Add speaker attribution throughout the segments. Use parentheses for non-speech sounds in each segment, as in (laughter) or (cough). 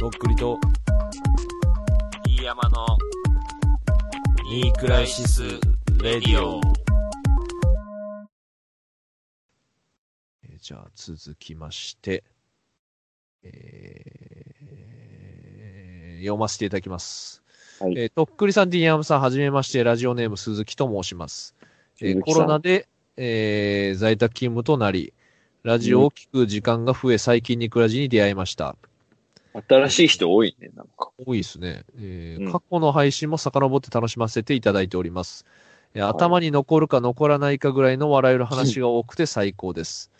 Speaker 1: とっくりと、
Speaker 2: 飯山の、ニークライシス・レディオ。
Speaker 1: えーじゃあ続きまして、えー読ませていただきます。
Speaker 3: はい
Speaker 1: えーとっくりさん、ディアムさん、はじめまして、ラジオネーム鈴木と申します。えー
Speaker 3: 鈴木
Speaker 1: コ
Speaker 3: さん
Speaker 1: ロナで、えー在宅勤務となり、ラジオを聞く時間が増え、最近ニクラジに出会いました。
Speaker 3: 新しい人多いね、なんか。
Speaker 1: 多いですね、えー
Speaker 3: うん
Speaker 1: 過去の配信も遡って楽しませていただいております。えー
Speaker 3: はい
Speaker 1: 頭に残るか残らないかぐらいの笑える話が多くて最高です。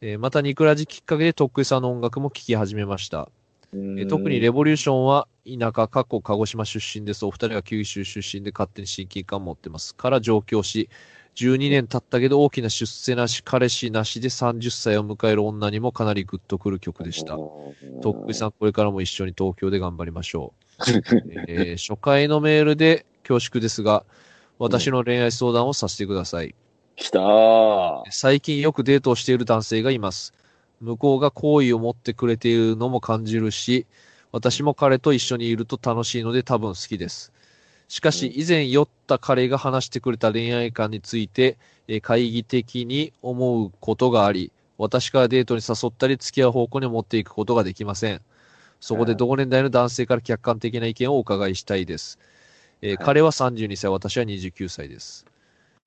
Speaker 1: えーまた、ニクラジきっかけでとっくりさんの音楽も聴き始めました。えー特にレボリューションは田舎、かっこ鹿児島出身です。お二人が九州出身で勝手に親近感持ってます。から上京し、12年経ったけど大きな出世なし、彼氏なしで30歳を迎える女にもかなりグッとくる曲でした。とっくりさん、これからも一緒に東京で頑張りましょう。えー初回のメールで恐縮ですが、私の恋愛相談をさせてください。
Speaker 3: 来たー。
Speaker 1: 最近よくデートをしている男性がいます。向こうが好意を持ってくれているのも感じるし、私も彼と一緒にいると楽しいので多分好きです。しかし、
Speaker 3: う
Speaker 1: 以前酔った彼が話してくれた恋愛観について、えー懐疑的に思うことがあり、私からデートに誘ったり付き合う方向に持っていくことができません。そこで同年代の男性から客観的な意見をお伺いしたいです。えー
Speaker 3: はい
Speaker 1: 彼は32歳、私は29歳です。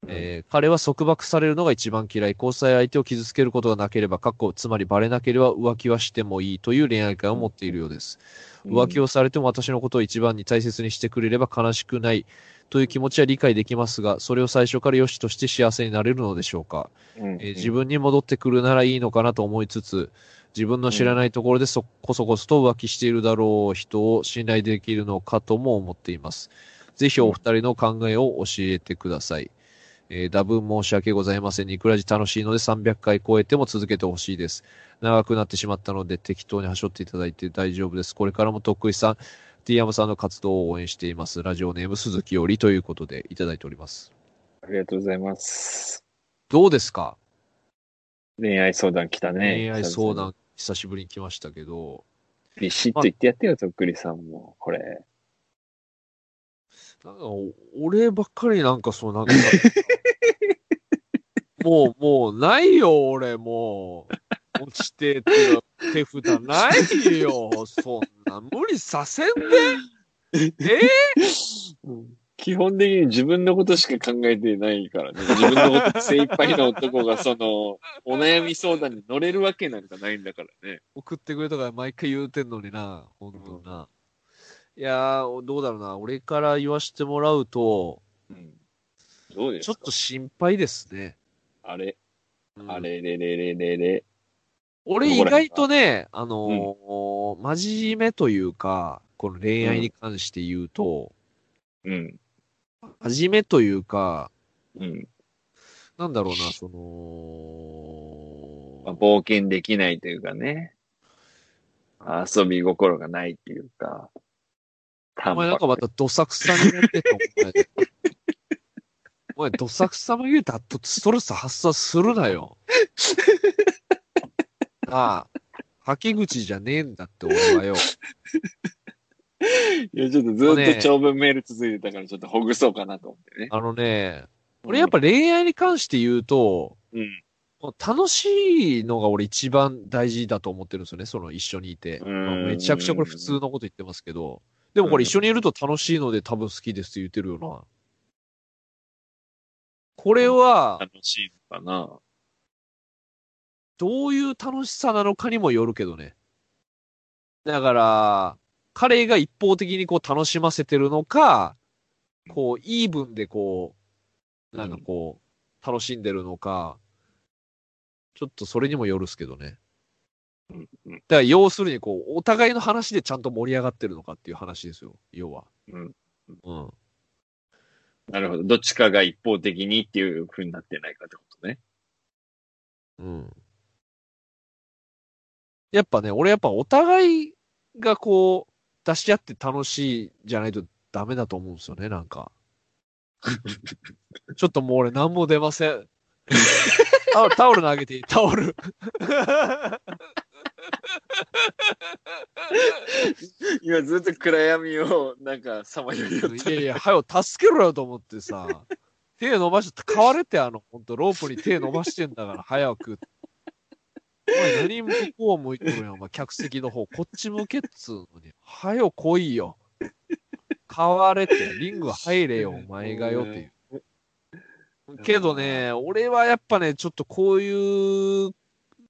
Speaker 1: えー彼は束縛されるのが一番嫌い、交際相手を傷つけることがなければ、過去、つまりバレなければ浮気はしてもいいという恋愛観を持っているようです。浮気
Speaker 3: を。
Speaker 1: をされても私のことを一番に大切にしてくれれば悲しくないという気持ちは理解できますが、それを最初から良しとして幸せになれるのでしょうか。えー自
Speaker 3: 分。
Speaker 1: 分に戻ってくるならいいのかなと思いつつ、自分の知らないところでそこそこそと浮気しているだろう人を信頼できるのかとも思っています。ぜひお二人の考えを教えてください。えー、多分申し訳ございません。ニクラジ楽しいので300回超えても続けてほしいです。長くなってしまったので適当に端折っていただいて大丈夫です。これからもとっくりさん、T 山さんの活動を応援しています。ラジオネーム鈴木よりということでいただいております。
Speaker 3: ありがとうございます。
Speaker 1: どうですか
Speaker 3: 恋愛相談来たね。
Speaker 1: 恋愛
Speaker 3: 久々
Speaker 1: 相
Speaker 3: に。
Speaker 1: 談久しぶりに来ましたけど、
Speaker 3: ビシッと言ってやってよ、とっくりさんも。これ。
Speaker 1: なんかお俺ばっかりなんかそう
Speaker 3: (laughs)
Speaker 1: なんか、もうもうないよ俺もう、落ちてっていう手札ないよ、そんな無理させん
Speaker 3: (laughs)
Speaker 1: で。え
Speaker 3: 基本的に自分のことしか考えてないからね。自分のこと精一杯の男が、
Speaker 1: (laughs)
Speaker 3: その、お悩み相談に乗れるわけなんかないんだからね。
Speaker 1: 送ってくれとか毎回言うてんのにな、本当な。いやー、どうだろうな、俺から言わしてもらうと、
Speaker 3: うん。どうです
Speaker 1: ちょ
Speaker 3: か
Speaker 1: っと心配ですね。
Speaker 3: あれ、
Speaker 1: うん
Speaker 3: あれれれれれれ。
Speaker 1: 俺意外とね、あのー真面目というか、この恋愛に関して言うと、
Speaker 3: うん。
Speaker 1: 真面目というか、
Speaker 3: うん。
Speaker 1: なんだろうな、そ
Speaker 3: まあ、
Speaker 1: の、
Speaker 3: 冒険できないというかね。遊び心がないっていうか。
Speaker 1: お
Speaker 3: 淡
Speaker 1: 前なんか
Speaker 3: 白
Speaker 1: またどさくさになってた、お (laughs) 前。お前、どさくさま言うたとストレス発散するなよ。なあ、吐き口じゃねえんだって、俺はよ。
Speaker 3: いや、ちょっとず
Speaker 1: ね
Speaker 3: っと長文メール続いてたから、ちょっとほぐそうかなと思ってね。
Speaker 1: あのね、俺やっぱ恋愛に関して言うと、
Speaker 3: うん、
Speaker 1: もう楽しいのが俺一番大事だと思ってるんですよね、その一緒にいて。
Speaker 3: うん
Speaker 1: まあめちゃくちゃこれ普通のこと言ってますけど、でもこれ一緒にいると楽しいので多分好きですって言ってるよな。これは
Speaker 3: 楽しいのかな。
Speaker 1: どういう楽しさなのかにもよるけどね。だから、彼が一方的にこう楽しませてるのか、こう、イーブンでこう、なんかこう、楽しんでるのか、ちょっとそれにもよるっすけどね。
Speaker 3: うんうん
Speaker 1: だから要するにこう、お互いの話でちゃんと盛り上がってるのかっていう話ですよ、要は。
Speaker 3: うん
Speaker 1: うん。
Speaker 3: なるほど。どっちかが一方的にっていう風になってないかってことね。
Speaker 1: うん。やっぱね、俺やっぱお互いがこう、出し合って楽しいじゃないとダメだと思うんですよね、なんか。ちょっともう俺何も出ません。タオル、タオル投げていいタオル。
Speaker 3: 今ずっと暗闇をなんかさまよいよっ
Speaker 1: い
Speaker 3: て
Speaker 1: やいや、はよ、助けろよと思ってさ、
Speaker 3: (laughs)
Speaker 1: 手伸ばして、変われて、あの、ほんと、ロープに手伸ばしてんだから、早く。お前、何向こう向いてるやん、お前、客席の方、こっち向けっつうのに、はよ、来いよ。変われて、リング入れよ、お前がよ、っていう。けどね、俺はやっぱね、ちょっとこういう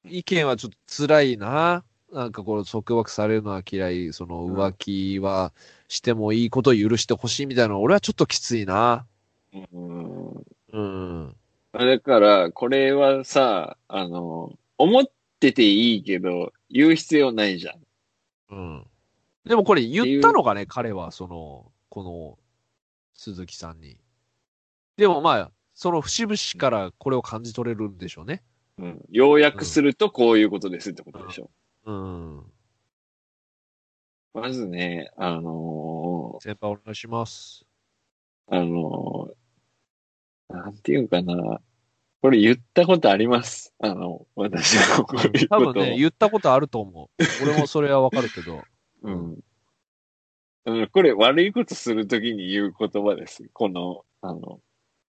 Speaker 1: 意見はちょっと辛いな。なんかこの束縛されるのは嫌い、その浮気はしてもいいことを許してほしいみたいなの、俺はちょっときついな。
Speaker 3: うん
Speaker 1: うん。
Speaker 3: あだから、これはさ、あの、思ってていいけど、言う必要ないじゃん。
Speaker 1: うん。でもこれ言ったのがね、彼は、その、この、鈴木さんに。でもまあ、その節々からこれを感じ取れるんでしょうね。
Speaker 3: うん。要約するとこういうことですってことでしょ。
Speaker 1: うん。
Speaker 3: まずね、あの
Speaker 1: 先輩お願いします。
Speaker 3: ーあのーなんていうかな。これ言ったことあります。あの、私はこういうこ
Speaker 1: 多
Speaker 3: とを。
Speaker 1: 分ね、言ったことあると思う。俺もそれはわかる (laughs) けど。
Speaker 3: うん。うん、これ悪いことするときに言う言葉です。この、あの、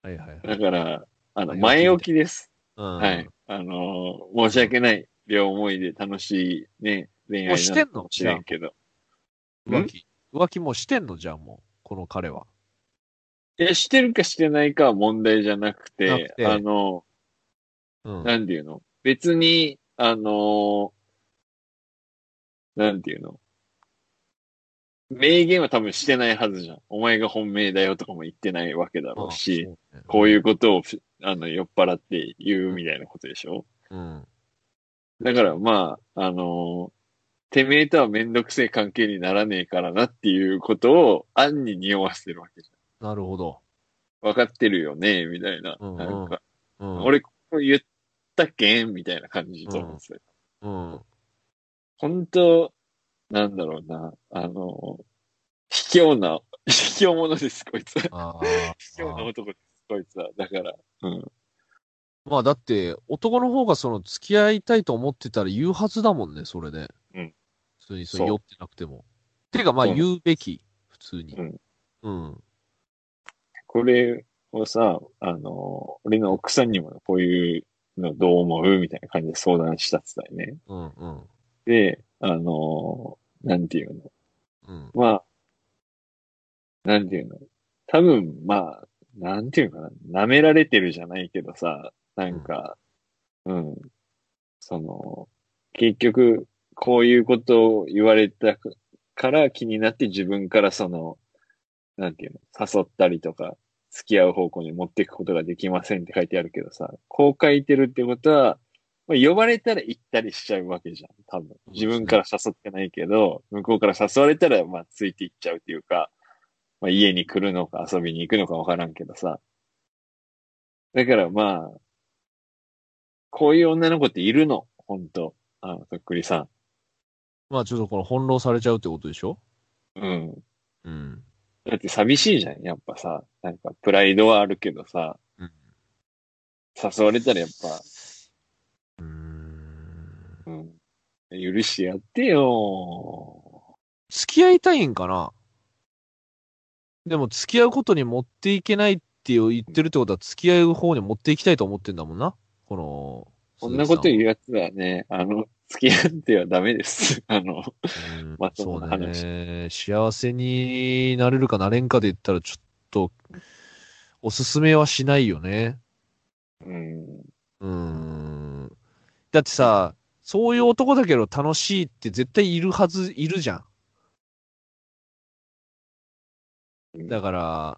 Speaker 1: はいはいはい。
Speaker 3: だから、あの、
Speaker 1: 前
Speaker 3: 前
Speaker 1: 置
Speaker 3: 置きです。
Speaker 1: うん
Speaker 3: はい。。あのー申し訳ない。両思いで楽しいね、恋
Speaker 1: もう
Speaker 3: 愛
Speaker 1: して
Speaker 3: なん
Speaker 1: の
Speaker 3: もしれんけど。
Speaker 1: 浮気。浮気もうしてんのじゃあもう、この彼は。
Speaker 3: いや、してるかしてないかは問題じゃなく
Speaker 1: な
Speaker 3: て
Speaker 1: く、て
Speaker 3: あの、
Speaker 1: うん。
Speaker 3: なんていうの別に、あのーなんていうの明言は多分してないはずじゃん。お前が本命だよとかも言ってないわけだろうし。
Speaker 1: ああ
Speaker 3: こういうことをふ、あの、酔っ払って言うみたいなことでしょ
Speaker 1: そうねうん。
Speaker 3: だから、まあ、あのーてめえとはめんどくせえ関係にならねえからなっていうことを暗に匂わせてるわけじ
Speaker 1: なるほど。
Speaker 3: ゃん。わかってるよねみたいな。
Speaker 1: うんうん
Speaker 3: なんか、
Speaker 1: うん。、
Speaker 3: 俺、こう言ったっけみたいな感じと思うんですよ。
Speaker 1: うん。
Speaker 3: 本当なんだろうな。あのー卑怯な、 (laughs) 卑怯者です、こいつは。
Speaker 1: ああ。
Speaker 3: (laughs) 卑怯な男です、こいつは。だから、うん。
Speaker 1: まあだって、男の方がその付き合いたいと思ってたら言うはずだもんね、それで。
Speaker 3: うん。
Speaker 1: 普通にそ
Speaker 3: そ
Speaker 1: れ
Speaker 3: う
Speaker 1: 酔ってなくても。てかまあ
Speaker 3: うん
Speaker 1: 言うべき、普通に。
Speaker 3: うん。
Speaker 1: うん。
Speaker 3: これをさ、あの、俺の奥さんにもこういうのどう思うみたいな感じで相談したって言ったよね。
Speaker 1: うん。うん。
Speaker 3: で、あの、なんていうの
Speaker 1: うん。
Speaker 3: まあ、なんていうの多分、まあ、なんていうのかな舐められてるじゃないけどさ、なんか、うん、その、結局、こういうことを言われたから気になって自分からその、なんていうの誘ったりとか、付き合う方向に持っていくことができませんって書いてあるけどさ、こう書いてるってことは、まあ呼ばれたら行ったりしちゃうわけじゃん、多分。自分から誘ってないけど、向こうから誘われたら、まあ、ついていっちゃうっていうか、まあ、家に来るのか遊びに行くのかわからんけどさ。だからまあ、こういう女の子っているの、本当あの、とっくりさ
Speaker 1: まあちょっとこの翻弄されちゃうってことでしょ
Speaker 3: ん。うん。
Speaker 1: うん。
Speaker 3: だって寂しいじゃん、やっぱさ。なんか、プライドはあるけどさ、
Speaker 1: うん。
Speaker 3: 誘われたらやっぱ、
Speaker 1: うーん。
Speaker 3: うん。許してやってよ
Speaker 1: 付き合いたいんかなでも付き合うことに持っていけないって言ってるってことは付き合う方に持っていきたいと思ってんだもんな。この、
Speaker 3: こんなこと言う
Speaker 1: う。
Speaker 3: やつはね、あの、付き合ってはダメです。あの、
Speaker 1: うん
Speaker 3: まあそ
Speaker 1: そ
Speaker 3: ん
Speaker 1: う
Speaker 3: な話
Speaker 1: ね。幸せになれるかなれんかで言ったらちょっと、おすすめはしないよね。
Speaker 3: うん。
Speaker 1: うーん。だってさ、そういう男だけど楽しいって絶対いるはず、いるじゃん。だから、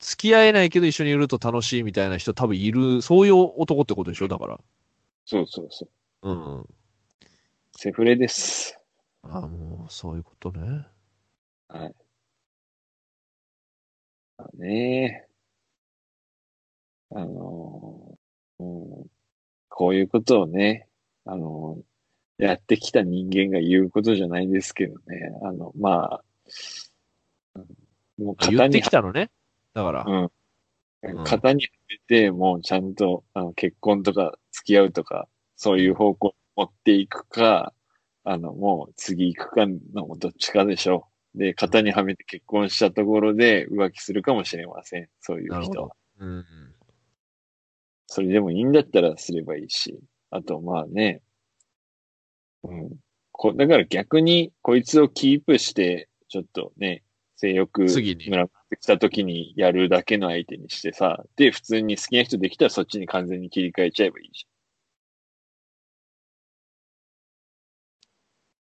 Speaker 1: 付き合えないけど一緒にいると楽しいみたいな人多分いる、そういう男ってことでしょだから。
Speaker 3: そうそうそう。
Speaker 1: うん。
Speaker 3: セフレです。
Speaker 1: あもう、そういうことね。
Speaker 3: まあねあのーうん、こういうことをね、あのーやってきた人間が言うことじゃないですけどね。あの、まあ、うんもう
Speaker 1: 言
Speaker 3: 型
Speaker 1: って
Speaker 3: に
Speaker 1: きたのね。だから。
Speaker 3: うん
Speaker 1: うん
Speaker 3: 型にはめて、もうちゃんとあの結婚とか付き合うとか、そういう方向に持っていくか、あの、もう次行くかのどっちかでしょう。で、型にはめて結婚したところで浮気するかもしれません。そういう
Speaker 1: なるほ
Speaker 3: 人は
Speaker 1: ど。。うん。
Speaker 3: それでもいいんだったらすればいいし。あと、まあね。うん。こだから逆に、こいつをキープして、ちょっとね、性欲、
Speaker 1: 次に
Speaker 3: 群がってきた時にやるだけの相手にしてさ、で、普通に好きな人できたらそっちに完全に切り替えちゃえばいいじ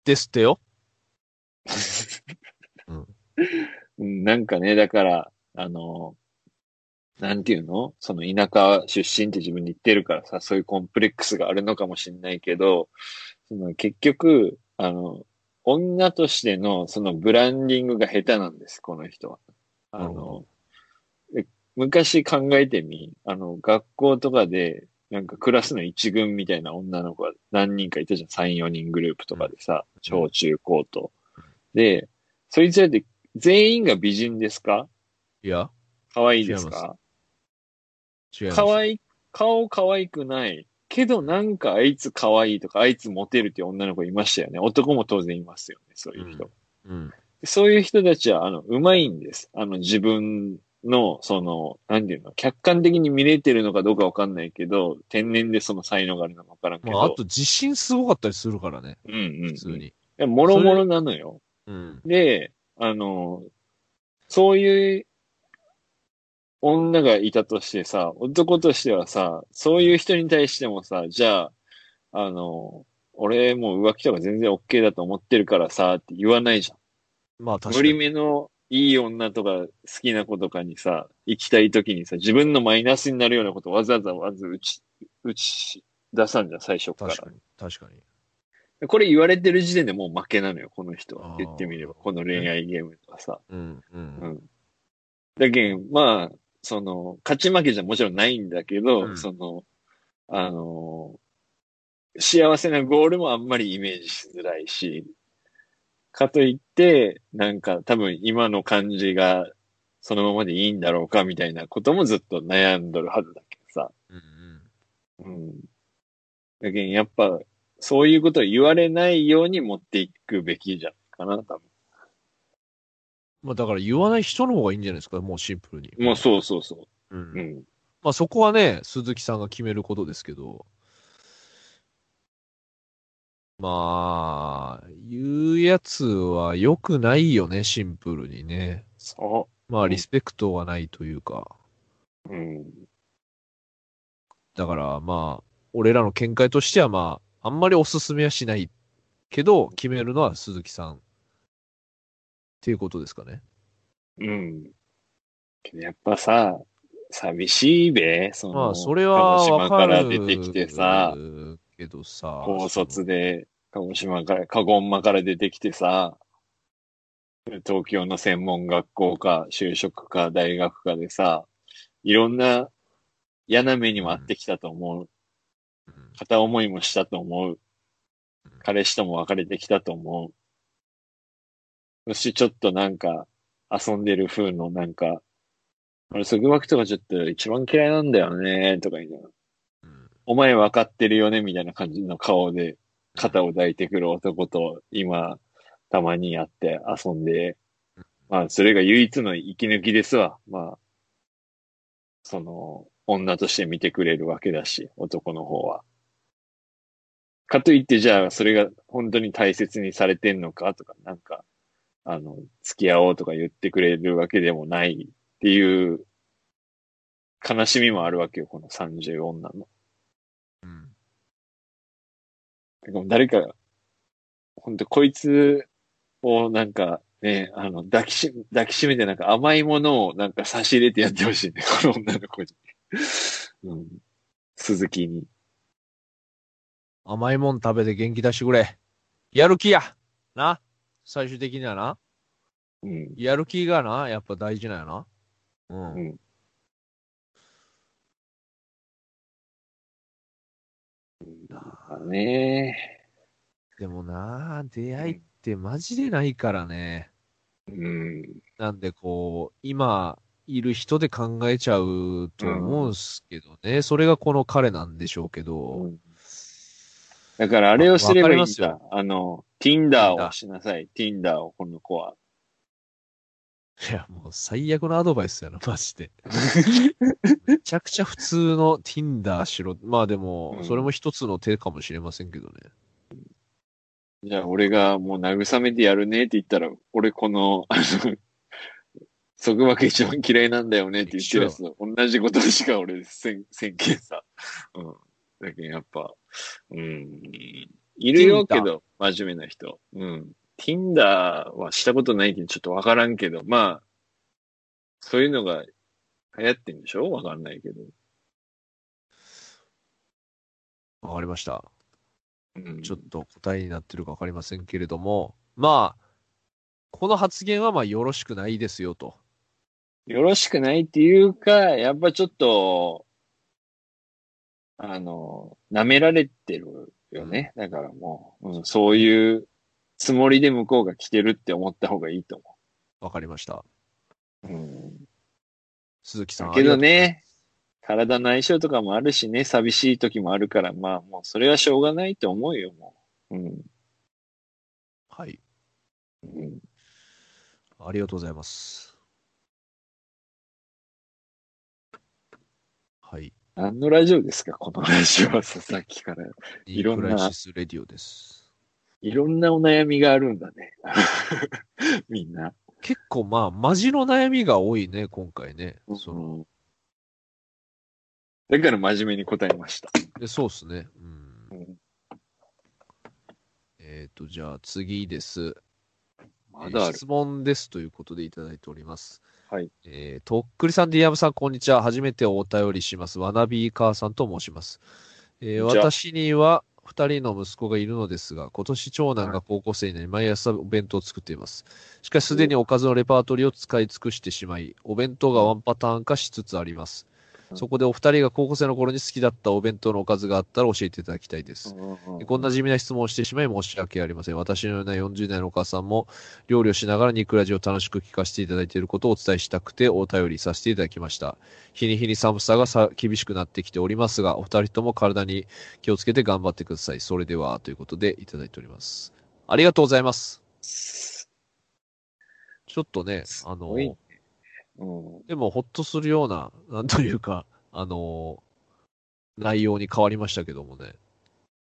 Speaker 1: ですってよ。
Speaker 3: ゃん
Speaker 1: うん。
Speaker 3: うん、なんかね、だから、あの、なんていうのその田舎出身って自分に言ってるからさ、そういうコンプレックスがあるのかもしれないけど、その結局、あの、女としてのそのブランディングが下手なんです、この人は。あ
Speaker 1: なるほ
Speaker 3: の、え昔考えてみ、あの、学校とかで、なんかクラスの一軍みたいな女の子が何人かいたじゃん。3、4人グループとかでさ、小中高と。で、そいつらって全員が美人ですか
Speaker 1: いや、
Speaker 3: 可愛いです
Speaker 1: 違い
Speaker 3: か
Speaker 1: 違います。
Speaker 3: 可愛い、顔可愛くない。けどなんかあいつ可愛いとか、あいつモテるっていう女の子いましたよね。男も当然いますよね、そういう人。
Speaker 1: うん。
Speaker 3: そういう人たちは、あの、うまいんです。あの、自分の、その、なんていうの、客観的に見れてるのかどうかわかんないけど、天然でその才能があるのかわからんけど。
Speaker 1: まあ、あと自信すごかったりするからね、
Speaker 3: うんうん、うん。
Speaker 1: 普通
Speaker 3: い
Speaker 1: に。
Speaker 3: や、もろもろなのよ。
Speaker 1: うん。
Speaker 3: で、あの、そういう女がいたとしてさ、男としてはさ、そういう人に対してもさ、じゃあ、あの、俺もう浮気とか全然 OK だと思ってるからさ、って言わないじゃん。
Speaker 1: まあ確か
Speaker 3: 無理
Speaker 1: に。
Speaker 3: めのいい女とか好きな子とかにさ、行きたい時にさ、自分のマイナスになるようなことをわざわざわず打ち、打ち出さんじゃん、最初か。
Speaker 1: 確からに。確かに。
Speaker 3: これ言われてる時点でもう負けなのよ、この人
Speaker 1: あ
Speaker 3: は。
Speaker 1: ー
Speaker 3: 言ってみれば。この恋愛ゲームとかさ。
Speaker 1: うん。う。
Speaker 3: うんん。だけど、まあ、その、勝ち負けじゃもちろんないんだけど、
Speaker 1: うん
Speaker 3: その、あのー幸せなゴールもあんまりイメージしづらいし、かといって、なんか多分今の感じがそのままでいいんだろうかみたいなこともずっと悩んどるはずだけどさ。
Speaker 1: うんうん。
Speaker 3: うん。だけどやっぱ、そういうことを言われないように持っていくべきじゃないかな、多分。
Speaker 1: まあだから言わない人の方がいいんじゃないですか、もうシンプルに。。
Speaker 3: もうそうそうそうう。うんん。
Speaker 1: まあそこはね、鈴木さんが決めることですけど。まあ、言うやつは良くないよね、シンプルにね。
Speaker 3: そ
Speaker 1: ま
Speaker 3: う
Speaker 1: あ
Speaker 3: ん
Speaker 1: リスペクトはないというか。
Speaker 3: う。うん。
Speaker 1: だからまあ、俺らの見解としてはまあ、あんまりおすすめはしないけど、決めるのは鈴木さん。っていうことですかね。
Speaker 3: うん。けどやっぱさ、寂しいべ、その、
Speaker 1: まあ、それは
Speaker 3: 鹿児
Speaker 1: わ
Speaker 3: 島
Speaker 1: か
Speaker 3: か
Speaker 1: る。
Speaker 3: ら出てきてさ、、
Speaker 1: けどさ、
Speaker 3: 高卒で、鹿児島から、鹿児島から出てきてさ、東京の専門学校か、就職か、大学かでさ、いろんな嫌な目にもあってきたと思う。
Speaker 1: うん
Speaker 3: 片思いもしたと思う
Speaker 1: うん。
Speaker 3: 彼氏とも別れてきたと思う。そしてちょっとなんか、遊んでる風のなんか、俺、束縛とかちょっと一番嫌いなんだよね、とか言いながら、
Speaker 1: うん
Speaker 3: お前分かってるよね、みたいな感じの顔で、肩を抱いてくる男と、今、たまに会って遊んで
Speaker 1: うん、
Speaker 3: まあ、それが唯一の息抜きですわ。まあ、その、女として見てくれるわけだし、男の方は。かといって、じゃあ、それが本当に大切にされてんのかとか、なんか、あの、付き合おうとか言ってくれるわけでもないっていう、悲しみもあるわけよ、この30女の。
Speaker 1: うん
Speaker 3: でも誰か、本当こいつをなんかね、あの、抱きし、抱きしめてなんか甘いものをなんか差し入れてやってほしいね、 (laughs) この女の子に。うん。鈴木に。
Speaker 1: 甘いもん食べて元気出してくれ。やる気やな最終的にはな。
Speaker 3: うん。
Speaker 1: やる気がな、やっぱ大事なんやな。うん。
Speaker 3: うんまあね
Speaker 1: でもな、出会いってマジでないからね。
Speaker 3: うん。
Speaker 1: なんでこう、今いる人で考えちゃうと思うんすけどね。それがこの彼なんでしょうけど。
Speaker 3: うんだからあれをすればいいん
Speaker 1: わかります
Speaker 3: だ
Speaker 1: よ。
Speaker 3: あの、Tinder をしなさい。Tinder を、この子は。
Speaker 1: いや、もう最悪のアドバイスやな、マジで。めちゃくちゃ普通の Tinder しろ。まあでも
Speaker 3: う、ん
Speaker 1: それも一つの手かもしれませんけどね。
Speaker 3: じゃあ俺がもう慰めてやるねって言ったら、俺この、あの、 (laughs) 束縛一番嫌いなんだよねって言ってるやつと同じことしか俺せん、せんけんさ。うん。だけどやっぱ、うん。いるよけど、真面目な人。うん。Tinder はしたことないけど、ちょっとわからんけど、まあ、そういうのが流行ってんでしょわかんないけど。
Speaker 1: わかりました。
Speaker 3: うん。
Speaker 1: ちょっと答えになってるかわかりませんけれども、まあ、この発言はまあよろしくないですよと。
Speaker 3: よろしくないっていうか、やっぱちょっと、あの、舐められてるよね。だからもう、うん、そういうつもりで向こうが来てるって思った方がいいと
Speaker 1: わかりました。
Speaker 3: 思う。うん、
Speaker 1: 鈴木さ
Speaker 3: だ
Speaker 1: ん。
Speaker 3: けど
Speaker 1: ありがと
Speaker 3: ね、体の相性とかもあるしね、寂しい時もあるから、まあもうそれはしょうがないと思うよ、もう。うん。
Speaker 1: う。はい。
Speaker 3: うん、
Speaker 1: ありがとうございます。はい。
Speaker 3: 何のラジオですかこのラジオはさ、さっきから。いろんな
Speaker 1: ニークライシスレディオです。
Speaker 3: いろんなお悩みがあるんだね。 (laughs) みんな。
Speaker 1: 結構まあ、マジの悩みが多いね、今回ね。その
Speaker 3: の、だから真面目に答えました。
Speaker 1: でそうっすね。うん
Speaker 3: うん。
Speaker 1: えっ、と、じゃあ次です。
Speaker 3: まだあ
Speaker 1: えー
Speaker 3: る。
Speaker 1: 質問ですということでいただいております。
Speaker 3: はい。
Speaker 1: えーとっくりさん、ディアムさん、こんにちは。初めてお便りします。わなびー母さんと申します。えー
Speaker 3: こんにちは
Speaker 1: 私には2人の息子がいるのですが、今年長男が高校生になり、毎朝お弁当を作っています。しかし、すでにおかずのレパートリーを使い尽くしてしまい、お弁当がワンパターン化しつつあります。
Speaker 3: うん
Speaker 1: そこでお二人が高校生の頃に好きだったお弁当のおかずがあったら教えていただきたいです。こんな地味な質問をしてしまい申し訳ありません。私のような40代のお母さんも料理をしながらニクラジを楽しく聞かせていただいていることをお伝えしたくてお便りさせていただきました。日に日に寒さがさ厳しくなってきておりますが、お二人とも体に気をつけて頑張ってください。それでは、ということでいただいております。ありがとうございます。
Speaker 3: す
Speaker 1: ちょっとね、あ
Speaker 3: ごいね
Speaker 1: の、
Speaker 3: うん。
Speaker 1: でもほっとするような、なんというか、あの、内容に変わりましたけどもね。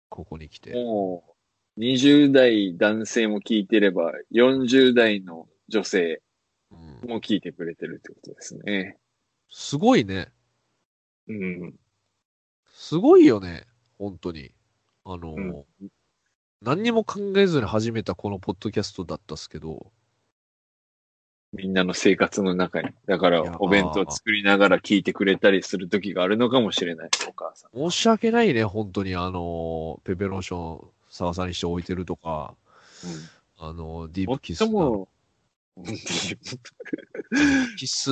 Speaker 1: ここに来て。
Speaker 3: もう、20代男性も聞いてれば、40代の女性
Speaker 1: うん
Speaker 3: も聞いてくれてるってことですね。
Speaker 1: すごいね。
Speaker 3: うん。
Speaker 1: すごいよね、本当に。あの、
Speaker 3: うん
Speaker 1: 何にも考えずに始めたこのポッドキャストだったっすけど、
Speaker 3: みんなの生活の中に。だか
Speaker 1: いや
Speaker 3: ら、お弁当作りながら聞いてくれたりする時があるのかもしれない、お母さん。
Speaker 1: 申し訳ないね、本当に。あの、ペペロンション逆さにして置いてるとか、あの、ディ
Speaker 3: も
Speaker 1: ー
Speaker 3: っ
Speaker 1: プキス
Speaker 3: と
Speaker 1: など、
Speaker 3: も、本
Speaker 1: キス、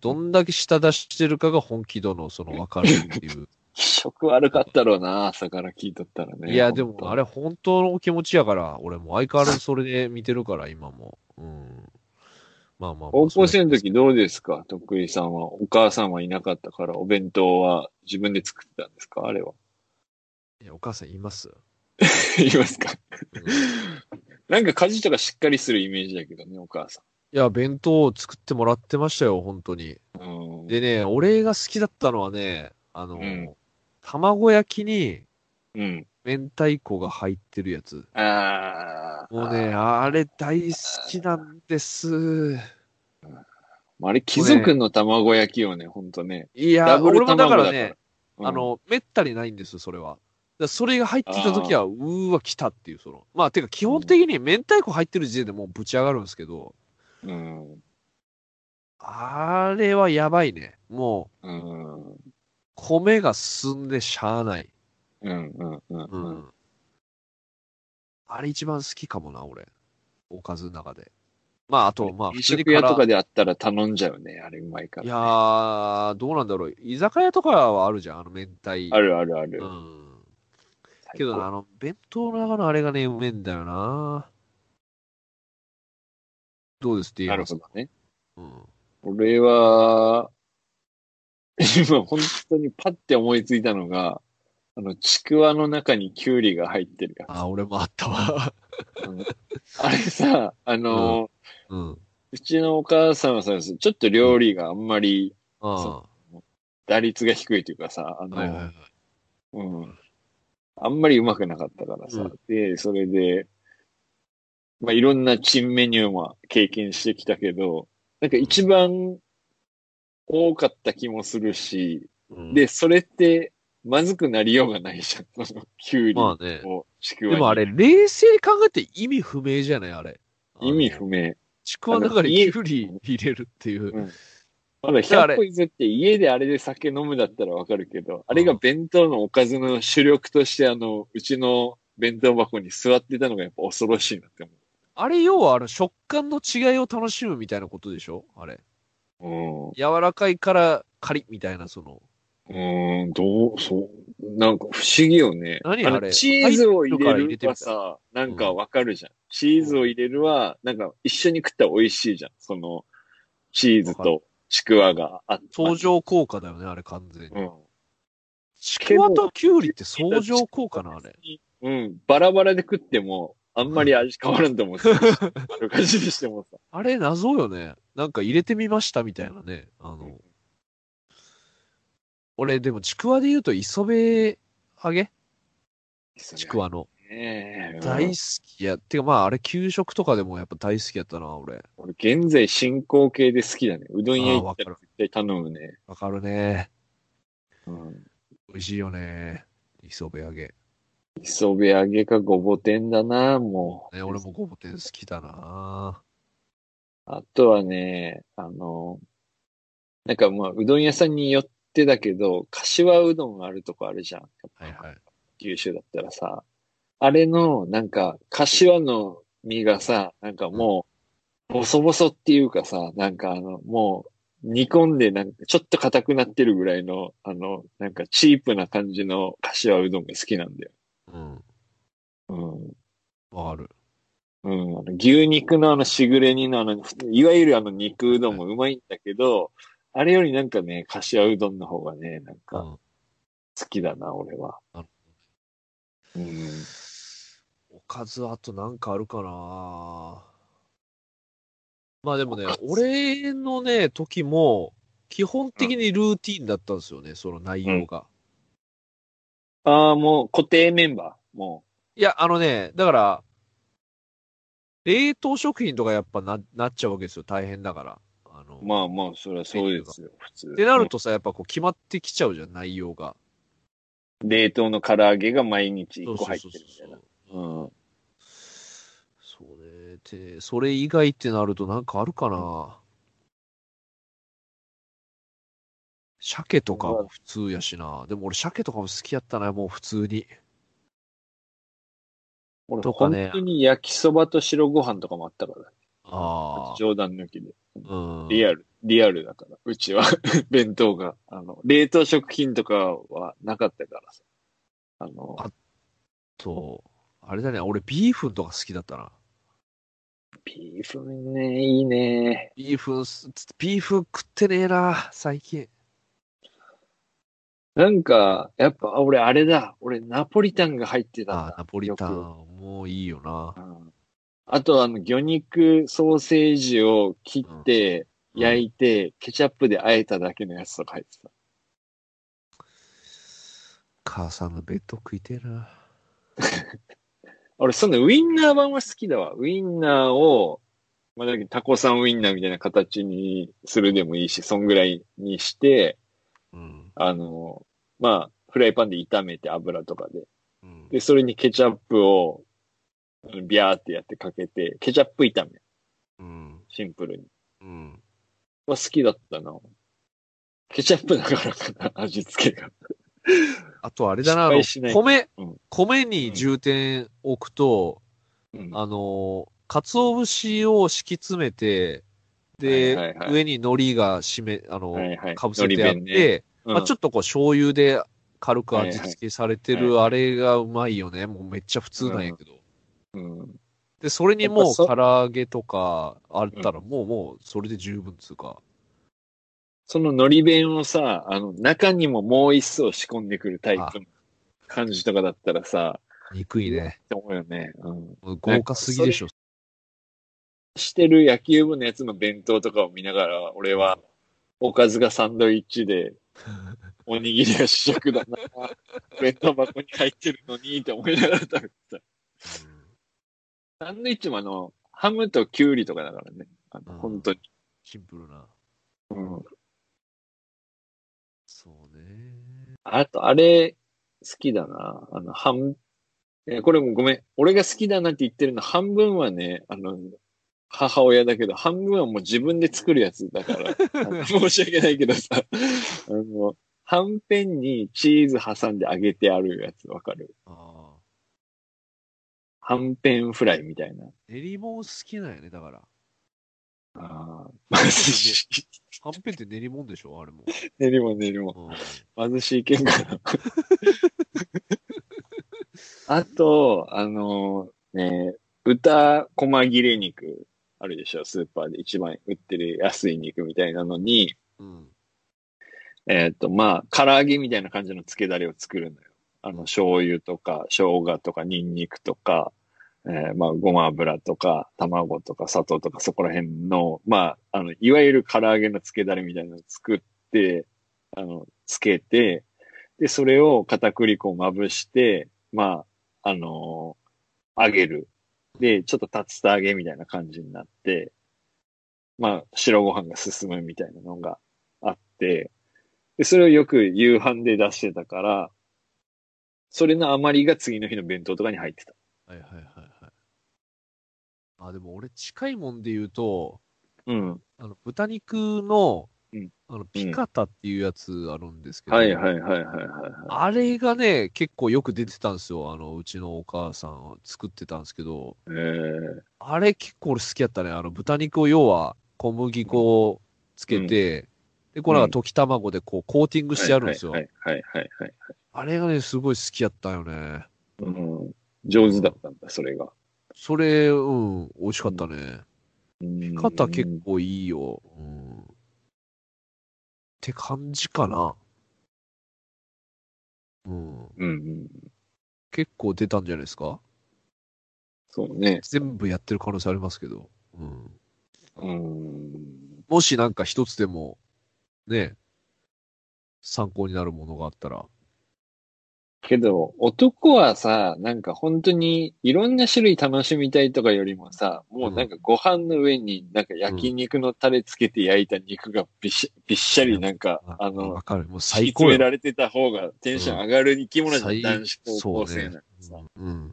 Speaker 1: どんだけ舌出してるかが本気度の
Speaker 3: (laughs)
Speaker 1: その分かるっていう。
Speaker 3: 気色悪かったろうな、朝から聞いとったらね。
Speaker 1: いや、でも、
Speaker 3: 本当
Speaker 1: あれ本当の気持ちやから、俺も相変わらずそれで見てるから、今も。うん。まあまあまあ。
Speaker 3: 高校生
Speaker 1: そ
Speaker 3: の
Speaker 1: れ
Speaker 3: 時どうですかとっくりさんは。お母さんはいなかったから、お弁当は自分で作ってたんですかあれは。
Speaker 1: いやお母さんいます。
Speaker 3: 言いますか
Speaker 1: うん
Speaker 3: なんか家事とかしっかりするイメージだけどね、お母さ
Speaker 1: いや、弁当を作ってもらってましたよ、本当に。
Speaker 3: ん。うん。
Speaker 1: でね、俺が好きだったのはね、あの、
Speaker 3: うん
Speaker 1: 卵焼きに
Speaker 3: うん。
Speaker 1: 明太子が入ってるやつ。
Speaker 3: ああ。
Speaker 1: もうね、あれ大好きなんです。
Speaker 3: あれ、貴族の卵焼きよね、ほんとね。
Speaker 1: いや
Speaker 3: ダ、ブ
Speaker 1: 俺も
Speaker 3: ル卵
Speaker 1: だか
Speaker 3: だからら
Speaker 1: ね、
Speaker 3: うん
Speaker 1: あ、の、めったにないんですよ、それは。だからそれが入ってきた時は、うーわ、来たっていう、その。まあ、てか、基本的に明太子入ってる時点でもうぶち上がるんですけど、
Speaker 3: うん。
Speaker 1: あれはやばいね。もう、
Speaker 3: うん。
Speaker 1: 米が進んでしゃあない。
Speaker 3: うん。うん。うん。
Speaker 1: う
Speaker 3: うん
Speaker 1: ん。あれ一番好きかもな、俺。おかずの中で。まあ、あと、まあ、
Speaker 3: 飲
Speaker 1: 普通に
Speaker 3: 食
Speaker 1: か
Speaker 3: 屋と
Speaker 1: ら。
Speaker 3: かであったら頼んじゃうね、あれうまいから、
Speaker 1: い
Speaker 3: ね。
Speaker 1: やー、どうなんだろう。居酒屋とかはあるじゃん、あの、明太。
Speaker 3: あるあるある。
Speaker 1: うん。
Speaker 3: 最高
Speaker 1: けどな、あの、弁当の中のあれがね、うめえんだよな。どうですって言
Speaker 3: ないる
Speaker 1: ます
Speaker 3: ほどね。
Speaker 1: うん。
Speaker 3: 俺 (laughs) は、今本当にパッて思いついたのが、あの、ちくわの中にキュウリが入ってるや
Speaker 1: あ、俺もあったわ。
Speaker 3: つ。うんあれさ、あの、
Speaker 1: (laughs)
Speaker 3: う
Speaker 1: うん。
Speaker 3: ちのお母さんはさ、ちょっと料理があんまり
Speaker 1: あ
Speaker 3: そ打率が低いというかさ、あ
Speaker 1: あ。
Speaker 3: の、
Speaker 1: はいはいはい。
Speaker 3: うん。あんまりうまくなかったからさ。
Speaker 1: うん
Speaker 3: で、それで、まあ、いろんな珍メニューも経験してきたけど、なんか一番多かった気もするし、
Speaker 1: うん、
Speaker 3: で、それって、まずくなりようがないじゃん。その、キュウリ
Speaker 1: まあね。
Speaker 3: を、ちくわに
Speaker 1: でもあれ、冷静に考えて意味不明じゃないあれ。
Speaker 3: 意味
Speaker 1: 明。
Speaker 3: 不明。
Speaker 1: ちくわの中にキュウリ入れるっていう。
Speaker 3: まだ
Speaker 1: であれ
Speaker 3: 100歩譲って家であれで酒飲むだったらわかるけど、あれが弁当のおかずの主力として、あの、うちの弁当箱に座ってたのがやっぱ恐ろしいなって
Speaker 1: あれ、要はあの食感の違いを楽しむみたいなことでしょあれ。
Speaker 3: 思う。
Speaker 1: 柔らかいからカリッみたいな、その。
Speaker 3: うん。うん、どう、そう、なんか不思議よね。
Speaker 1: 何
Speaker 3: の
Speaker 1: あれ
Speaker 3: チーズを入
Speaker 1: 入
Speaker 3: れ
Speaker 1: れ
Speaker 3: る
Speaker 1: てる
Speaker 3: は
Speaker 1: みた
Speaker 3: さ、なんかわかるじゃん。チーズを入れるは、なんか一緒に食ったら美味しいじゃん。その、チーズとちくわがあって。
Speaker 1: 相乗効果だよね、あれ完全に。
Speaker 3: うん。
Speaker 1: ちくわとキュウリって相乗効果な、あれ。
Speaker 3: うん、バラバラで食っても、あんまり味変わらん
Speaker 1: (laughs)
Speaker 3: と思う。ある感じにしてもさ。
Speaker 1: あれ謎よね。なんか入れてみましたみたいなね。あの、俺でもちくわで言うと磯辺揚げ (laughs) ちくわの。
Speaker 3: ねえ。
Speaker 1: 大好きや。てかまああれ給食とかでもやっぱ大好きやったな、俺。
Speaker 3: 俺、現在進行形で好きだね。うどん屋行った
Speaker 1: あー
Speaker 3: ら
Speaker 1: わ
Speaker 3: 絶対頼むね。
Speaker 1: わかるね。
Speaker 3: うん。
Speaker 1: 美味しいよね。磯辺揚げ。
Speaker 3: 磯辺揚げかごぼ天だな、もう。
Speaker 1: ね、俺もごぼ天好きだな。
Speaker 3: あとはね、あの、なんかまあ、うどん屋さんによってだけど、柏うどんあるとこあるじゃん。
Speaker 1: はいはい。
Speaker 3: 九州だったらさ、あれの、なんか、柏の実がさ、なんかもう、ボソボソっていうかさ、なんかあの、もう、煮込んで、なんか、ちょっと硬くなってるぐらいの、あの、なんか、チープな感じの柏うどんが好きなんだよ。
Speaker 1: うん。
Speaker 3: うん。
Speaker 1: わかる。
Speaker 3: うん、あの牛肉のあのしぐれ煮のあの、いわゆるあの肉うどんもうまいんだけど、あれよりなんかね、柏うどんの方がね、なん
Speaker 1: う
Speaker 3: か
Speaker 1: ん。
Speaker 3: 好きだな、俺は。
Speaker 1: なる
Speaker 3: うん。
Speaker 1: おかずあとなんかあるかな。まあでもね
Speaker 3: おか、ず
Speaker 1: 俺のね、時も、基本的にルーティンだったんですよね、その内容が。
Speaker 3: ああ、もう固定メンバー、も
Speaker 1: いや、あのね、だから、冷凍食品とかやっぱな、なっちゃうわけですよ。大変だから。あの、
Speaker 3: う。まあまあ、そりゃそうですよ、普通。
Speaker 1: ってなるとさ、やっぱこう決まってきちゃうじゃん、内容が。
Speaker 3: うん。冷凍の唐揚げが毎日
Speaker 1: そ
Speaker 3: 1
Speaker 1: う
Speaker 3: 個
Speaker 1: そう
Speaker 3: 入っ
Speaker 1: そ
Speaker 3: て
Speaker 1: う
Speaker 3: るみたいな。
Speaker 1: そう
Speaker 3: うん。
Speaker 1: そうね。て、それ以外ってなるとなんかあるかな。鮭とかも普通やしな。でも俺鮭とかも好きやったな、もう普通に。
Speaker 3: 俺、
Speaker 1: とか
Speaker 3: 本
Speaker 1: ね
Speaker 3: 当に焼きそばと白ご飯とかもあったから、
Speaker 1: あ
Speaker 3: 冗談抜きで。
Speaker 1: あ。うん。
Speaker 3: リアル、リアルだから、うちは、 (laughs) 弁当が。あの、冷凍食品とかはなかったからさ。あの、
Speaker 1: あと、あれだね、俺ビーフンとか好きだったな。
Speaker 3: ビーフンね、いいね。
Speaker 1: ビーフンす、ビーフン食ってねえな、最近。
Speaker 3: なんか、やっぱ、あ俺あれだ。俺、ナポリタンが入ってたんだ
Speaker 1: ああ、ナポリタン、
Speaker 3: よ
Speaker 1: もういいよな
Speaker 3: く。うんあと、あの、魚肉ソーセージを切って、焼いて、ケチャップで和えただけのやつとか入ってた。
Speaker 1: 母さんの弁当食いてえな。
Speaker 3: 俺、そのウインナー版は好きだわ。ウインナーを、まあ、だけどタコさんウインナーみたいな形にするでもいいし、そんぐらいにして、
Speaker 1: うん。
Speaker 3: あの、まあ、フライパンで炒めて油とかで。
Speaker 1: うん、
Speaker 3: で、それにケチャップを、あのビャーってやってかけて、ケチャップ炒め。
Speaker 1: うん。
Speaker 3: シンプルに。
Speaker 1: うん。
Speaker 3: は好きだったな。ケチャップだからかな、 (laughs) 味付けが。
Speaker 1: あとあれだな、あの
Speaker 3: 失敗しない
Speaker 1: 米、
Speaker 3: うん
Speaker 1: 米に重点置くと、
Speaker 3: うん
Speaker 1: あの、鰹節を敷き詰めて、で、
Speaker 3: はいはいはい
Speaker 1: 上に海苔がしめ、あの、
Speaker 3: はいはい
Speaker 1: かぶせてあって、
Speaker 3: 海苔弁
Speaker 1: まあ、ちょっとこう醤油で軽く味付けされて
Speaker 3: はい
Speaker 1: るあれがうまいよね。もうめっちゃ普通なんやけど。
Speaker 3: うんうん
Speaker 1: で、それに
Speaker 3: や
Speaker 1: も
Speaker 3: っぱ
Speaker 1: う
Speaker 3: そ
Speaker 1: 唐揚げとかあったらもう、もうそれで十分っつうか。
Speaker 3: その海苔弁をさ、あの、中にももう一層仕込んでくるタイプの感じとかだったらさ、
Speaker 1: 憎いね
Speaker 3: っ。て思うよね。うん。
Speaker 1: 豪華すぎでしょ。
Speaker 3: してる野球部のやつの弁当とかを見ながら、俺は、おかずがサンドイッ
Speaker 1: (laughs)
Speaker 3: チで、おにぎりが主食だな。弁当箱に入ってるのに、って思いながら食べてた。
Speaker 1: うん
Speaker 3: サンドイッチもあの、ハムとキュウリとかだからね。あの
Speaker 1: うん
Speaker 3: 本当に。
Speaker 1: シンプルな。
Speaker 3: うん。
Speaker 1: そうね。
Speaker 3: あと、あれ、好きだな。あの、半、えーこれもごめん。俺が好きだなって言ってるの半分はね、あの、母親だけど、半分はもう自分で作るやつ
Speaker 1: (laughs)
Speaker 3: だから、あの申し訳ないけどさ、あの、はんぺんにチーズ挟んで揚げてあるやつわかる
Speaker 1: ああ。
Speaker 3: はんぺんフライみたいな。
Speaker 1: 練り物好きなんやね、だから。
Speaker 3: ああ、貧しい。
Speaker 1: はんぺんって練り物でしょ、あれも。
Speaker 3: 練りも練りも。
Speaker 1: うん
Speaker 3: 貧しい県かな。あと、あのね、豚細切れ肉あるでしょ、スーパーで一番売ってる安い肉みたいなのに、
Speaker 1: うん。
Speaker 3: えっ、と、まあ、唐揚げみたいな感じの漬けだれを作るのよ。あの、醤油とか、生姜とか、ニンニクとか、えーまあ、ごま油とか、卵とか、砂糖とか、そこら辺の、まあ、あの、いわゆる唐揚げの漬けだれみたいなのを作って、あの、漬けて、で、それを片栗粉をまぶして、まあ、あのー揚げる。で、ちょっと竜田揚げみたいな感じになって、まあ、白ご飯が進むみたいなのがあって、で、それをよく夕飯で出してたから、それの余りが次の日の弁当とかに入ってた。
Speaker 1: はいはいはいはい。あ、でも俺近いもんで言うと、
Speaker 3: うん。
Speaker 1: あの、豚肉の
Speaker 3: うん、
Speaker 1: あの、ピカタっていうやつあるんですけど、
Speaker 3: はいはいはいはいはい。
Speaker 1: あれがね、結構よく出てたんですよ。あの、うちのお母さんは作ってたんですけど、
Speaker 3: えー、
Speaker 1: あれ結構俺好きやったね。あの、豚肉を要は小麦粉をつけて、で、これが溶き卵でこうコーティングしてあるんですよ
Speaker 3: は。いはいはいはい、はい
Speaker 1: あれがね、すごい好きやったよね。
Speaker 3: うん。上手だったんだ、それが。
Speaker 1: それ、うん、美味しかったね。
Speaker 3: うん
Speaker 1: 肩結構いいよ。うん。って感じかな。うん。
Speaker 3: うんうん。
Speaker 1: 結構出たんじゃないですか
Speaker 3: そうね。
Speaker 1: 全部やってる可能性ありますけど。うん。
Speaker 3: うん。
Speaker 1: もしなんか一つでも、ね、参考になるものがあったら。
Speaker 3: けど、男はさ、なんか本当にいろんな種類楽しみたいとかよりもさ、もうなんかご飯の上になんか焼肉のタレつけて焼いた肉がびっしびっしゃりなんか、あの、
Speaker 1: わかる。もう
Speaker 3: 敷き
Speaker 1: 最
Speaker 3: 詰
Speaker 1: 高
Speaker 3: め
Speaker 1: よ。
Speaker 3: られてた方がテンション上がる生き物じゃん、
Speaker 1: 最
Speaker 3: 男子高校生なんてさ。
Speaker 1: そうねうんうん。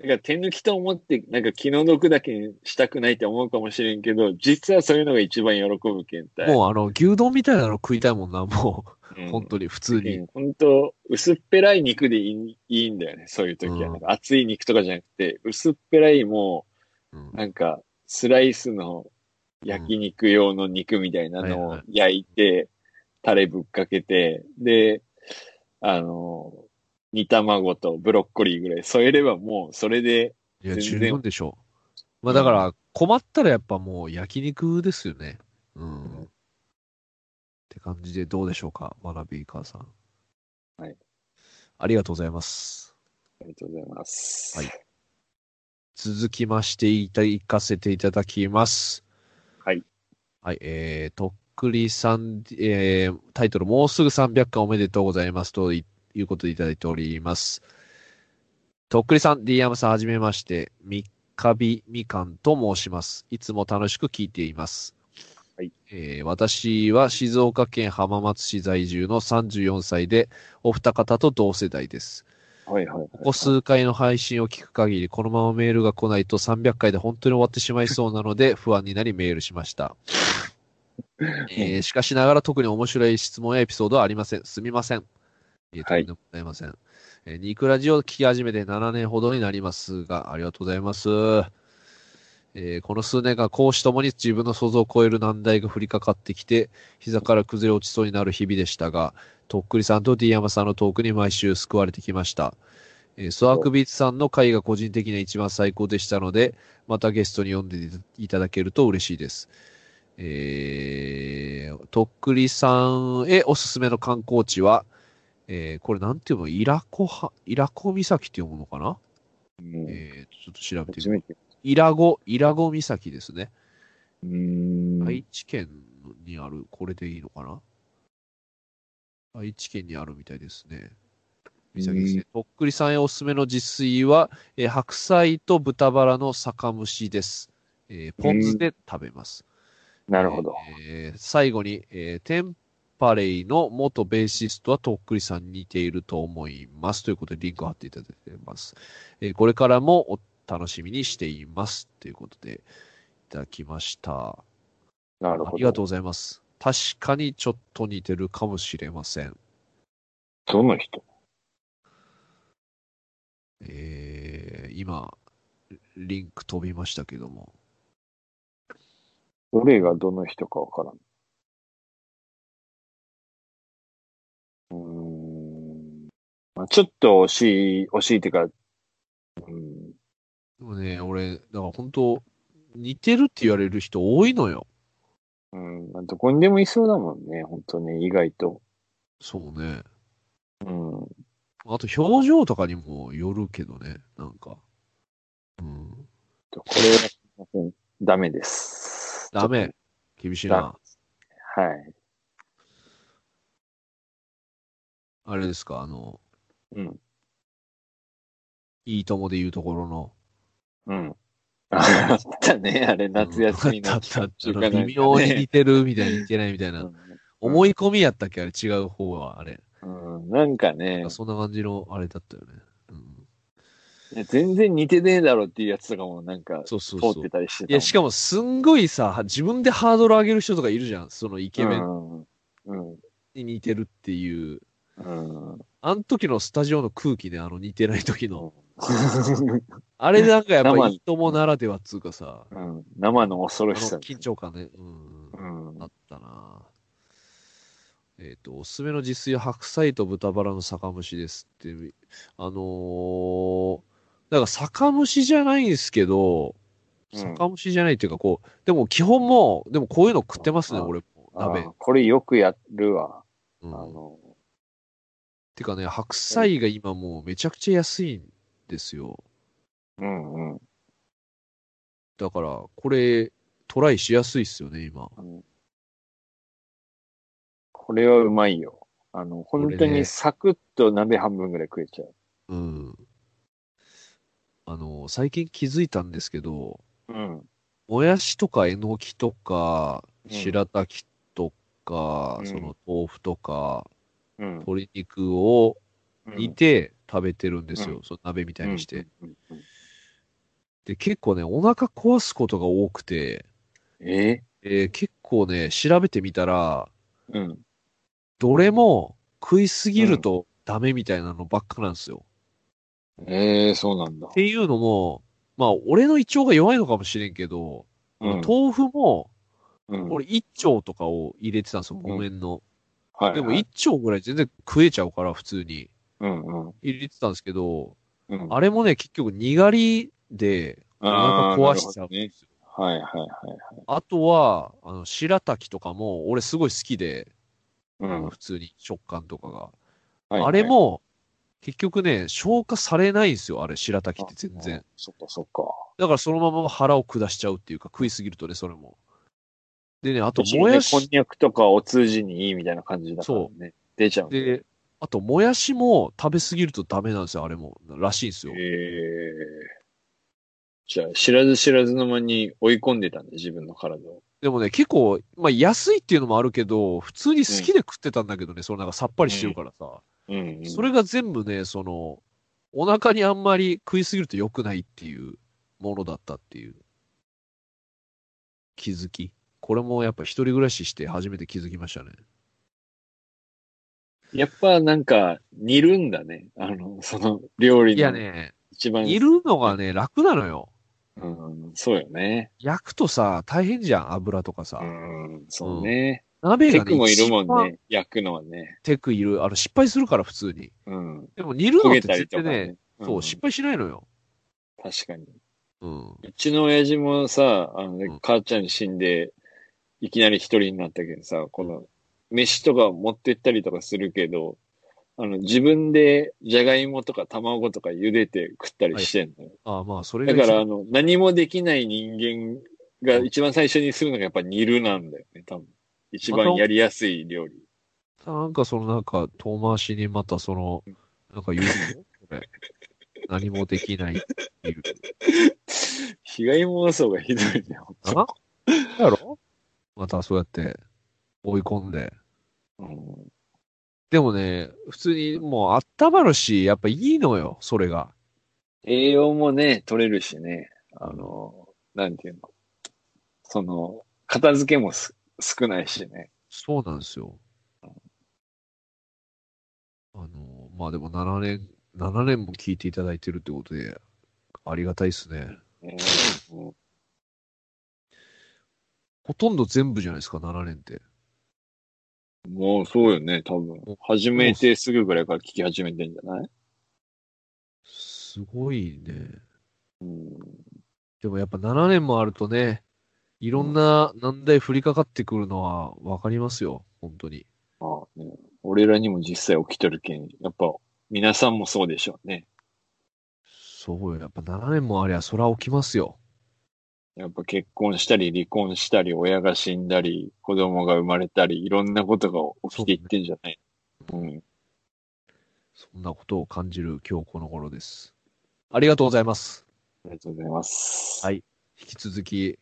Speaker 3: だから手抜きと思って、なんか気の毒だけにしたくないって思うかもしれんけど、実はそういうのが一番喜ぶけんたい。
Speaker 1: もうあの、牛丼みたいなの食いたいもんな、も
Speaker 3: うん
Speaker 1: う。本当に、普通に。
Speaker 3: うん本当、薄っぺらい肉でいいいいんだよね、そういう時は。
Speaker 1: うん
Speaker 3: なんか熱い肉とかじゃなくて、薄っぺらいも
Speaker 1: うん
Speaker 3: う、なんか、スライスの焼肉用の肉みたいなの
Speaker 1: はい
Speaker 3: を
Speaker 1: は
Speaker 3: 焼いて、タレぶっかけて、で、あの、煮卵とブロッコリーぐらい添えればもうそれで、
Speaker 1: いや、
Speaker 3: 全
Speaker 1: 十
Speaker 3: 然
Speaker 1: 分でしょう。まあだから、困ったらやっぱもう焼肉ですよね。うん。
Speaker 3: うん
Speaker 1: って感じでどうでしょうか、マナビーカーさん。
Speaker 3: はい。
Speaker 1: ありがとうございます。
Speaker 3: ありがとうございます。
Speaker 1: はい続きまして、いた、行かせていただきます。
Speaker 3: はい。
Speaker 1: はい、えー、とっくりさん、えー、タイトル、もうすぐ300巻おめでとうございますといいうことでいただいております。とっくりさん、D ヤムさん、はじめまして、三日日みかんと申します。いつも楽しく聞いています。
Speaker 3: はい
Speaker 1: えー私は静岡県浜松市在住の34歳で、お二方と同世代です。
Speaker 3: はいはいはい。
Speaker 1: ここ数回の配信を聞く限り、このままメールが来ないと300回で本当に終わってしまいそうなので、不安になりメールしました。えーしかしながら特に面白い質問やエピソードはありません。すみません。えー、と
Speaker 3: は
Speaker 1: ん
Speaker 3: い
Speaker 1: でもございません。えーニクラジオを聞き始めて7年ほどになりますが、ありがとうございます。えーこの数年間、講師ともに自分の想像を超える難題が降りかかってきて、膝から崩れ落ちそうになる日々でしたが、とっくりさんと D 山さんのトークに毎週救われてきました。えー、ソワークビーツさんの回が個人的に一番最高でしたので、またゲストに呼んでいただけると嬉しいです。えー、とっくりさんへおすすめの観光地は、えーこれなんていうの、イラコは、イラコ岬って読むのかな、
Speaker 3: うん
Speaker 1: えーちょっと調べて
Speaker 3: 初
Speaker 1: みる。
Speaker 3: めて。
Speaker 1: イラゴ、イラゴ岬ですね。
Speaker 3: うーん。
Speaker 1: 愛知県にある、これでいいのかな愛知県にあるみたいですね。岬ですね。とっくりさんへおすすめの自炊は、えー白菜と豚バラの酒蒸しです。えーポン酢で食べます。
Speaker 3: なるほど。
Speaker 1: えー最後に、えーテンパレイの元ベーシストはとっくりさんに似ていると思います。ということでリンクを貼っていただいてます。えーこれからもお楽しみにしています。ということで、いただきました。
Speaker 3: なるほど。
Speaker 1: ありがとうございます。確かにちょっと似てるかもしれません。
Speaker 3: どの人
Speaker 1: えー、今、リンク飛びましたけども。
Speaker 3: どれがどの人かわからん。うーん。まあ、ちょっと惜しい、惜しいっていうか、うん。
Speaker 1: でもね、俺、だから本当、似てるって言われる人多いのよ。
Speaker 3: うん。まあどこにでもいそうだもんね、本当ね、意外と。
Speaker 1: そうね。
Speaker 3: うん。う
Speaker 1: あと、表情とかにもよるけどね、なんか。うん。
Speaker 3: とこれはすいません、ダメです。
Speaker 1: ダメ。厳しいな。
Speaker 3: はい。
Speaker 1: あれですか、あの、
Speaker 3: うん。
Speaker 1: いいともで言うところの。
Speaker 3: うん。あったね、あれ、夏休み
Speaker 1: (laughs) だ
Speaker 3: の
Speaker 1: っ
Speaker 3: 期
Speaker 1: た
Speaker 3: 間
Speaker 1: って
Speaker 3: 中
Speaker 1: いう
Speaker 3: か
Speaker 1: かね
Speaker 3: なんかね
Speaker 1: 微妙に似てるみたいな、似てないみたいな。思い込みやったっけあれ、違う方は、あれ。
Speaker 3: うん。うんなんかね、
Speaker 1: そんな感じのあれだったよね。うん、
Speaker 3: 全然似てねえだろっていうやつとかもなんか
Speaker 1: そうそう
Speaker 3: 通
Speaker 1: そう
Speaker 3: って。たりしてたもん。
Speaker 1: いや、しかもすんごいさ、自分でハードル上げる人とかいるじゃん。そのイケメン
Speaker 3: うん。うん
Speaker 1: に似てるっていう。
Speaker 3: うん。
Speaker 1: あの時のスタジオの空気ね、あの似てない時の。あれなんかやっぱ
Speaker 3: 生
Speaker 1: いいともならではっつうかさ、あ
Speaker 3: うん。生の恐ろ
Speaker 1: の
Speaker 3: しさ。
Speaker 1: 緊張感ね。うん
Speaker 3: う。ん
Speaker 1: あ。ったなえっ、と、おすすめの自炊は白菜と豚バラの酒蒸しですって、あのー、だから酒蒸しじゃないんですけど、
Speaker 3: うん
Speaker 1: 酒蒸しじゃないっていうか、こう、でも基本もう、でもこういうの食ってますね、
Speaker 3: あ
Speaker 1: 俺も。
Speaker 3: あ
Speaker 1: 鍋
Speaker 3: ー。これよくやるわ。
Speaker 1: う
Speaker 3: あ
Speaker 1: ん、
Speaker 3: の、
Speaker 1: てかね、白菜が今もうめちゃくちゃ安いんですよ。
Speaker 3: うんうん。
Speaker 1: だから、これ、トライしやすいっすよね、今。
Speaker 3: これはうまいよ。あ
Speaker 1: れ
Speaker 3: の、
Speaker 1: ね
Speaker 3: 本当にサクッと鍋半分ぐらい食えちゃう。
Speaker 1: うん。あの、最近気づいたんですけど、
Speaker 3: うん。
Speaker 1: もやしとかえのきとか、
Speaker 3: うん
Speaker 1: 白滝とか、
Speaker 3: うん
Speaker 1: その豆腐とか、
Speaker 3: うん。
Speaker 1: 鶏肉を
Speaker 3: うん
Speaker 1: 煮て食べてるんですよ。
Speaker 3: う
Speaker 1: その鍋みたいにして、。
Speaker 3: うんうんうん
Speaker 1: で、結構ね、お腹壊すことが多くて、
Speaker 3: え
Speaker 1: えー結構ね、調べてみたら、
Speaker 3: うん。
Speaker 1: どれも食いすぎるとダメみたいなのばっかなんですよ。
Speaker 3: ええ、そうなんだ
Speaker 1: っ。ていうのも、まあ、俺の胃腸が弱いのかもしれんけど、
Speaker 3: うん。
Speaker 1: 豆腐も、
Speaker 3: うん
Speaker 1: 俺一丁とかを入れてたんですよ、
Speaker 3: うん
Speaker 1: 木綿の。
Speaker 3: はいはい
Speaker 1: でも1丁ぐらい全然食えちゃうから、普通に。
Speaker 3: うんうん
Speaker 1: 入れてたんですけど、
Speaker 3: うん。
Speaker 1: あれもね、結局、にがりで、お
Speaker 3: あ
Speaker 1: 腹
Speaker 3: ー
Speaker 1: 壊しちゃう
Speaker 3: なるほ
Speaker 1: ん
Speaker 3: どね
Speaker 1: ですよ。
Speaker 3: はいはいはい。
Speaker 1: あとは、あの、白滝とかも、俺すごい好きで、
Speaker 3: う
Speaker 1: あ
Speaker 3: ん
Speaker 1: の。普通に食感とかが。
Speaker 3: はいはい
Speaker 1: あれも、結局ね、消化されないんですよ、あれ、白滝って全
Speaker 3: あ
Speaker 1: 然。。
Speaker 3: そっかそっか。
Speaker 1: だからそのまま腹を下しちゃうっていうか、食いすぎるとね、それも。でね、あと、
Speaker 3: も
Speaker 1: も
Speaker 3: や
Speaker 1: や
Speaker 3: し。こん
Speaker 1: し、
Speaker 3: にゃくとかお通じにいいみたいな感じだからね。出ちゃうんだよ。
Speaker 1: で、あと、もやしも食べすぎるとダメなんですよ、あれも。らしいんですよ。
Speaker 3: ええじゃあ、知らず知らずの間に追い込んでたんだ、自分の体を。
Speaker 1: でもね、結構、まあ、安いっていうのもあるけど、普通に好きで食ってたんだけどね、そのなんかさっぱりしてるからさ、
Speaker 3: うん、うん。
Speaker 1: それが全部ね、その、お腹にあんまり食いすぎると良くないっていうものだったっていう気づき。これもやっぱ一人暮らしして初めて気づきましたね。
Speaker 3: やっぱなんか、煮るんだね。あの、その料理
Speaker 1: いや
Speaker 3: の
Speaker 1: ね、
Speaker 3: 一番。
Speaker 1: いるのがね、楽なのよ。
Speaker 3: うん、そうよね。
Speaker 1: 焼くとさ、大変じゃん、油とかさ。
Speaker 3: うん、そうね。
Speaker 1: 鍋
Speaker 3: テ
Speaker 1: がね、
Speaker 3: クもいるも
Speaker 1: 一番
Speaker 3: んね。焼くのはね。
Speaker 1: テクいる。あの、失敗するから普通に。
Speaker 3: うん。
Speaker 1: でも煮るの
Speaker 3: 焦
Speaker 1: って
Speaker 3: げたり
Speaker 1: 絶
Speaker 3: とか
Speaker 1: 対ね、
Speaker 3: ね。
Speaker 1: そう、失敗しないのよ。
Speaker 3: 敗。確かに。
Speaker 1: うん。
Speaker 3: うちの親父もさ、あ
Speaker 1: うん
Speaker 3: の、母ちゃん死んで、いきなり一人になったけどさ、この、飯とか持ってったりとかするけど、あの、自分で、じゃがいもとか卵とか茹でて食ったりしてんのよ。
Speaker 1: ああ、まあ、それが
Speaker 3: だ
Speaker 1: 一番
Speaker 3: から、あの、何もできない人間が一番最初にするのがやっぱ煮るなんだよね、多分。一番やりやすい料理。
Speaker 1: なんかそのなんか遠回しにまたその、なんか言うのこ
Speaker 3: (laughs)
Speaker 1: れ何もできないっていう。
Speaker 3: (laughs) 被害妄想がひどいね、ほんと
Speaker 1: あやろまたそうやって追い込んで。
Speaker 3: うん
Speaker 1: でもね、普通にもう温まるし、やっぱいいのよ、それが。
Speaker 3: 栄養もね、取れるしね、あの、なんていうの。その、片付けもす少ないしね。
Speaker 1: そうなんですよ。あの、まあでも7年、7年も聞いていただいてるってことで、ありがたいですね。
Speaker 3: ねうん
Speaker 1: ほとんど全部じゃないですか、7年って。
Speaker 3: もうそうよね、多分。始めてすぐぐらいから聞き始めてんじゃない
Speaker 1: すごいね。
Speaker 3: うん。
Speaker 1: でもやっぱ7年もあるとね、いろんな難題降りかかってくるのはわかりますよ、本当に。
Speaker 3: まあね、俺らにも実際起きてるけん、やっぱ皆さんもそうでしょうね。
Speaker 1: そうよ、やっぱ7年もありゃそら起きますよ。
Speaker 3: やっぱ結婚したり離婚したり、親が死んだり、子供が生まれたり、いろんなことが起きていってんじゃないうん。
Speaker 1: そんなことを感じる今日この頃です。ありがとうございます。
Speaker 3: ありがとうございます。
Speaker 1: はい引き続き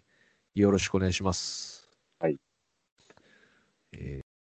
Speaker 1: よろしくお願いします。
Speaker 3: はい。
Speaker 1: えー